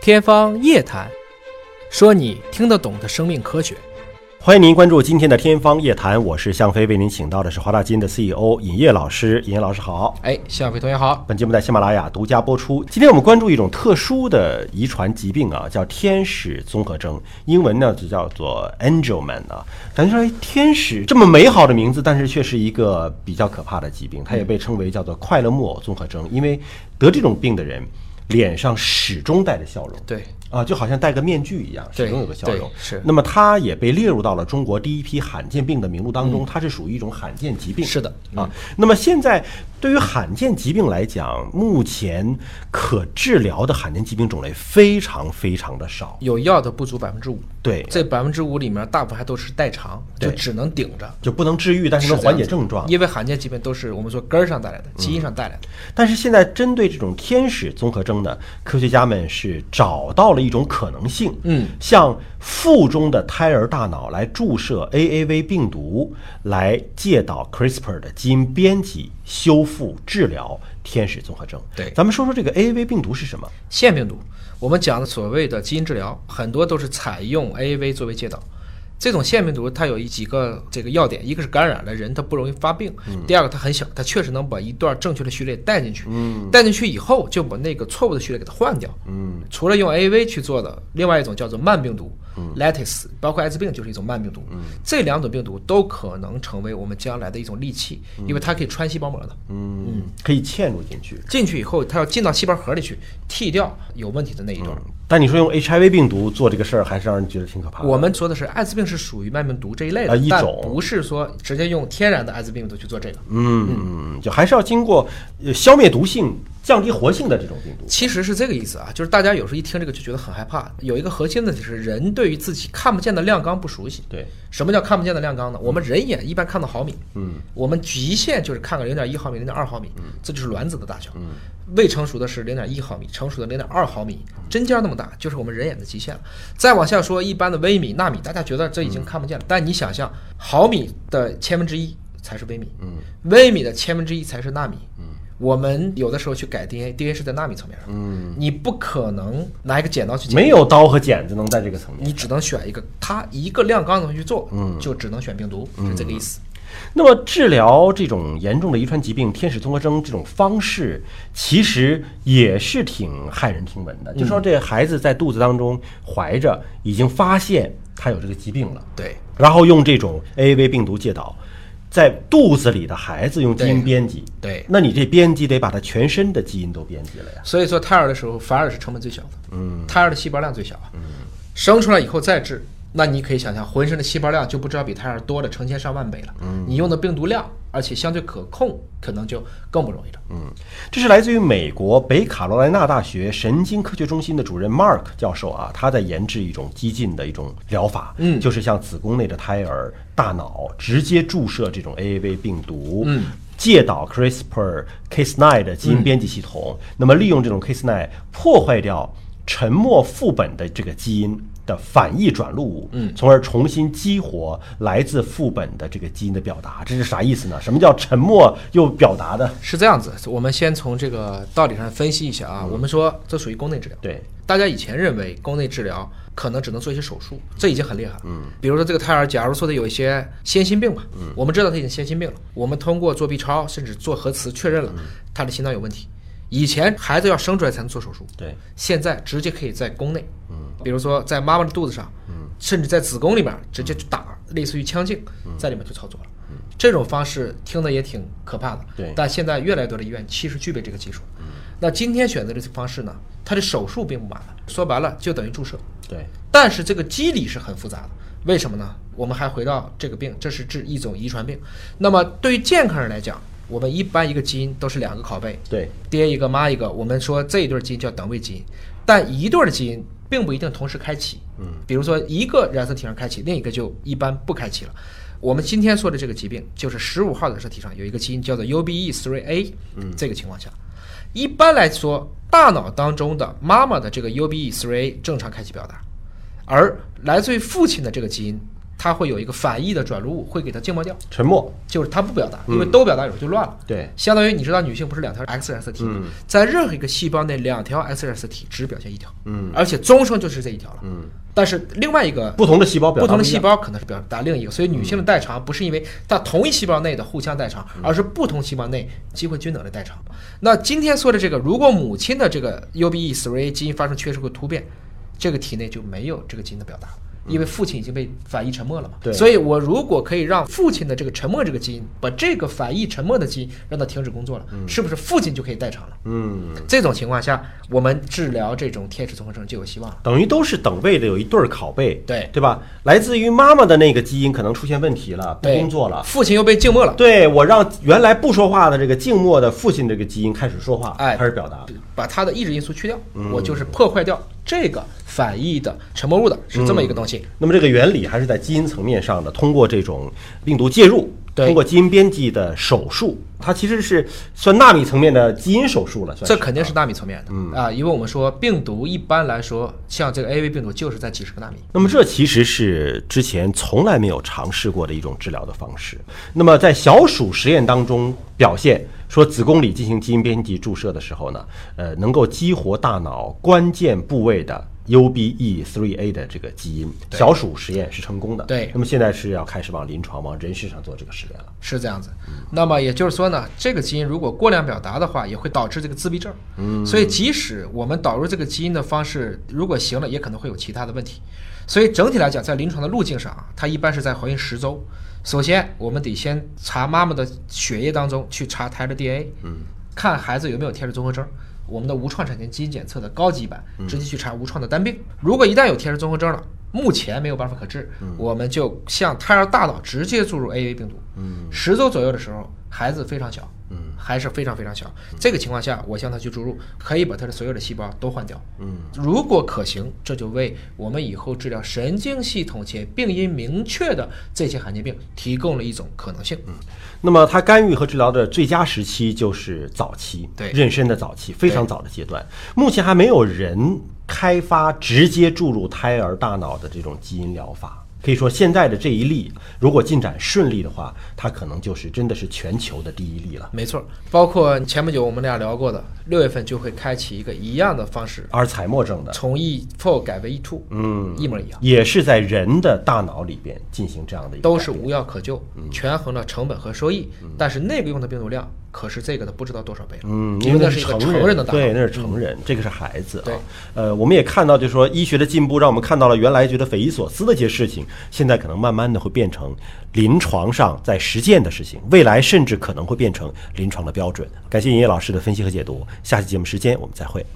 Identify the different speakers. Speaker 1: 天方夜谭，说你听得懂的生命科学。
Speaker 2: 欢迎您关注今天的《天方夜谭》，我是向飞，为您请到的是华大基因的 CEO 尹烨老师。尹烨老师好。
Speaker 1: 哎，向飞同学好。
Speaker 2: 本节目在喜马拉雅独家播出。今天我们关注一种特殊的遗传疾病啊，叫天使综合征，英文呢就叫做 Angelman 啊。感觉说哎天使这么美好的名字，但是却是一个比较可怕的疾病，它也被称为叫做快乐木偶综合征，因为得这种病的人脸上始终带着笑容。
Speaker 1: 对，
Speaker 2: 啊，就好像戴个面具一样，始
Speaker 1: 对
Speaker 2: 终有个笑
Speaker 1: 对
Speaker 2: 容。
Speaker 1: 是
Speaker 2: 那么它也被列入到了中国第一批罕见病的名录当中，它是属于一种罕见疾病。
Speaker 1: 嗯是的嗯
Speaker 2: 啊。那么现在对于罕见疾病来讲，目前可治疗的罕见疾病种类非常非常的少。
Speaker 1: 有药的不足百分之五，
Speaker 2: 对，
Speaker 1: 这百分之五里面大部分还都是代偿，就
Speaker 2: 对
Speaker 1: 只能顶着，
Speaker 2: 就不能治愈，但是能
Speaker 1: 这样
Speaker 2: 缓解
Speaker 1: 子
Speaker 2: 症状。
Speaker 1: 因为罕见疾病都是我们说根儿上带来的，基因上带来的。
Speaker 2: 但是现在针对这种天使综合征呢，科学家们是找到了一种可能性，
Speaker 1: 嗯，
Speaker 2: 向腹中的胎儿大脑来注射 AAV 病毒，来借导 CRISPR 的基因编辑修复治疗天使综合征。
Speaker 1: 对
Speaker 2: 咱们说说这个 AAV 病毒是什么？
Speaker 1: 腺病毒，我们讲的所谓的基因治疗，很多都是采用 AAV 作为介导。这种腺病毒它有一几个这个要点，一个是感染了人它不容易发病，第二个它很小，它确实能把一段正确的序列带进去，带进去以后就把那个错误的序列给它换掉。嗯，除了用 AAV 去做的，另外一种叫做慢病毒。Lattice 包括艾滋病就是一种慢病毒，这两种病毒都可能成为我们将来的一种利器，因为它可以穿细胞膜的。
Speaker 2: 嗯，可以嵌入进去。
Speaker 1: 进去以后，它要进到细胞核里去，剃掉有问题的那一段。
Speaker 2: 但你说用 HIV 病毒做这个事儿，还是让人觉得挺可怕的。
Speaker 1: 我们说的是艾滋病是属于慢病毒这一类的，
Speaker 2: 啊啊一
Speaker 1: 但
Speaker 2: 种
Speaker 1: 不是说直接用天然的艾滋病毒去做这个。
Speaker 2: 嗯，就还是要经过呃消灭毒性、降低活性的这种病毒。
Speaker 1: 其实是这个意思啊，就是大家有时候一听这个就觉得很害怕。有一个核心的就是人对于自己看不见的亮纲不熟悉。
Speaker 2: 对，
Speaker 1: 什么叫看不见的亮纲呢？我们人眼一般看到毫米，嗯，我们极限就是看个零点一毫米、零点二毫米，这就是卵子的大小。嗯，未成熟的是零点一毫米，成熟的零点二毫米，针尖儿那么大，就是我们人眼的极限了。再往下说，一般的微米、纳米，大家觉得这已经看不见了，但你想象毫米的千分之一才是微米，嗯，微米的千分之一才是纳米，嗯。我们有的时候去改 DNA，DNA 是在纳米层面上，嗯，你不可能拿一个剪刀去剪，
Speaker 2: 没有刀和剪子能在这个层面。
Speaker 1: 你只能选一个，它一个亮纲的东西去做，嗯，就只能选病毒，是这个意思。
Speaker 2: 那么治疗这种严重的遗传疾病天使综合征这种方式，其实也是挺骇人听闻的。就说这孩子在肚子当中怀着，已经发现他有这个疾病了，
Speaker 1: 对，
Speaker 2: 然后用这种 AAV 病毒介导，在肚子里的孩子用基因
Speaker 1: 对
Speaker 2: 编辑。
Speaker 1: 对
Speaker 2: 那你这编辑得把他全身的基因都编辑了呀。
Speaker 1: 所以说胎儿的时候反而是成本最小的，嗯，胎儿的细胞量最小啊，嗯，生出来以后再治，那你可以想象浑身的细胞量就不知道比胎儿多了成千上万倍了，嗯，你用的病毒量，而且相对可控，可能就更不容易了，嗯，
Speaker 2: 这是来自于美国北卡罗来纳大学神经科学中心的主任 Mark 教授啊，他在研制一种激进的一种疗法，
Speaker 1: 嗯
Speaker 2: 就是向子宫内的胎儿大脑直接注射这种 AAV 病毒，嗯。借导 CRISPR Cas9 的基因编辑系统，那么利用这种 Cas9 破坏掉沉没副本的这个基因的反义转录物，嗯，从而重新激活来自副本的这个基因的表达，这是啥意思呢？什么叫沉默又表达的？
Speaker 1: 是这样子。我们先从这个道理上分析一下啊，我们说这属于宫内治疗，
Speaker 2: 对，
Speaker 1: 大家以前认为宫内治疗可能只能做一些手术，这已经很厉害了。嗯，比如说这个胎儿，假如说他有一些先心病吧，嗯，我们知道他已经先心病了，我们通过做 B 超甚至做核磁确认了他的心脏有问题。以前孩子要生出来才能做手术，
Speaker 2: 对。
Speaker 1: 现在直接可以在宫内，嗯，比如说在妈妈的肚子上，嗯，甚至在子宫里面直接就打，类似于腔镜，在里面就操作了。这种方式听的也挺可怕的，
Speaker 2: 对
Speaker 1: 但现在越来越多的医院其实具备这个技术。那今天选择的这个方式呢，它的手术并不麻烦，说白了就等于注射，
Speaker 2: 对，
Speaker 1: 但是这个机理是很复杂的。为什么呢？我们还回到这个病，这是治一种遗传病。那么对于健康人来讲，我们一般一个基因都是两个拷贝，
Speaker 2: 对，
Speaker 1: 爹一个妈一个，我们说这一对儿基因叫等位基因，但一对儿基因并不一定同时开启。嗯，比如说一个染色体上开启，另一个就一般不开启了。我们今天说的这个疾病，就是十五号染色体上有一个基因叫做 E UBE3A，嗯，这个情况下，一般来说，大脑当中的妈 E 妈的这个 UBE3A 正常开启表达，而来自于父亲的这个基因它会有一个反义的转录物，会给它静默掉，
Speaker 2: 沉默，
Speaker 1: 就是它不表达，因为都表达有时候就乱了。
Speaker 2: 对
Speaker 1: 相当于你知道女性不是两条 XST 吗？在任何一个细胞内，两条 XST 只表现一条，嗯，而且终生就是这一条了，嗯。但是另外一个
Speaker 2: 不同的细胞表
Speaker 1: 哦
Speaker 2: 达
Speaker 1: 不同的
Speaker 2: 一样嗯
Speaker 1: 细胞可能是表达另一个，所以女性的代偿不是因为在同一细胞内的互相代偿，而
Speaker 2: 嗯
Speaker 1: 是不同细胞内机会均等的代偿。那今天说的这个，如果母亲的这个 UBE3A 基因发生缺失或突变，这个体内就没有这个基因的表达。因为父亲已经被反义沉默了嘛，
Speaker 2: 嗯对
Speaker 1: 所以我如果可以让父亲的这个沉默这个基因，把这个反义沉默的基因让它停止工作了，是不是父亲就可以代偿了？
Speaker 2: 嗯，
Speaker 1: 这种情况下，我们治疗这种天使综合症就有希望了。
Speaker 2: 等于都是等位的有一对儿拷贝，
Speaker 1: 对
Speaker 2: 对吧？来自于妈妈的那个基因可能出现问题了，不
Speaker 1: 对，
Speaker 2: 工作了。
Speaker 1: 父亲又被静默了。
Speaker 2: 对我让原来不说话的这个静默的父亲这个基因开始说话，
Speaker 1: 哎
Speaker 2: 开始表达。
Speaker 1: 把它的抑制因素去掉，我就是破坏掉这个反义的沉默物的，是这么一个东西。
Speaker 2: 那么这个原理还是在基因层面上的，通过这种病毒介入，
Speaker 1: 对
Speaker 2: 通过基因编辑的手术，它其实是算纳米层面的基因手术了，算
Speaker 1: 这
Speaker 2: 是
Speaker 1: 肯定是纳米层面的、啊，因为我们说病毒一般来说，像这个 AAV 病毒就是在几十个纳米。
Speaker 2: 那么这其实是之前从来没有尝试过的一种治疗的方式。那么在小鼠实验当中表现说，子宫里进行基因编辑注射的时候呢，呃，能够激活大脑关键部位的 UBE3A 的这个基因。小鼠实验是成功的。
Speaker 1: 对
Speaker 2: 那么现在是要开始往临床、往人身上做这个实验了。
Speaker 1: 是这样子，那么也就是说呢，这个基因如果过量表达的话，也会导致这个自闭症。嗯，所以即使我们导入这个基因的方式，如果行了，也可能会有其他的问题。所以整体来讲，在临床的路径上啊，它一般是在怀孕十周，首先我们得先查妈妈的血液当中去查胎儿的 DNA，嗯，看孩子有没有天使综合征。我们的无创产前基因检测的高级版，直接去查无创的单病。如果一旦有天使综合征了，目前没有办法可治，我们就向胎儿大脑直接注入 AAV 病毒。十周左右的时候，孩子非常小，还是非常非常小。这个情况下，我向他去注入，可以把他的所有的细胞都换掉。嗯，如果可行，这就为我们以后治疗神经系统且病因明确的这些罕见病提供了一种可能性。嗯，
Speaker 2: 那么它干预和治疗的最佳时期就是早期，
Speaker 1: 对
Speaker 2: 妊娠的早期，非常早的阶段。目前还没有人开发直接注入胎儿大脑的这种基因疗法。可以说，现在的这一例，如果进展顺利的话，它可能就是真的是全球的第一例了。
Speaker 1: 没错。包括前不久我们俩聊过的，六月份就会开启一个一样的方式，
Speaker 2: 阿尔采默症的
Speaker 1: 从 E four 改为 E two，嗯，一模一样。
Speaker 2: 也是在人的大脑里边进行这样的一个
Speaker 1: 都是无药可救，权衡了成本和收益，但是那个用的病毒量可是这个的不知道多少倍了，
Speaker 2: 嗯，
Speaker 1: 因为那是一个
Speaker 2: 成
Speaker 1: 成人的大脑，
Speaker 2: 对，那是成人，这个是孩子啊。
Speaker 1: 对
Speaker 2: 呃，我们也看到，就是说医学的进步，让我们看到了原来觉得匪夷所思的一些事情，现在可能慢慢的会变成临床上在实践的事情，未来甚至可能会变成临床的标准。感谢尹烨老师的分析和解读，下期节目时间我们再会。